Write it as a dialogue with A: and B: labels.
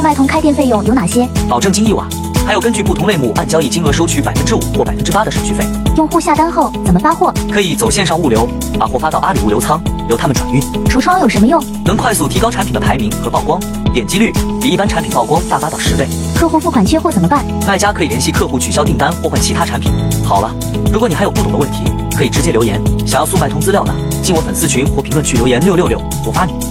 A: 外通开店费用有哪些？
B: 保证金一瓦，还有根据不同类目按交易金额收取百分之五或百分之八的手续费。
A: 用户下单后怎么发货？
B: 可以走线上物流，把货发到阿里物流仓，由他们转运，
A: 橱窗有什么用？
B: 能快速提高产品的排名和曝光，点击率比一般产品曝光大八到十倍。
A: 客户付款缺货怎么办？
B: 卖家可以联系客户取消订单或换其他产品。好了，如果你还有不懂的问题，可以直接留言。想要速卖通资料的，进我粉丝群或评论区留言六六六，我发你。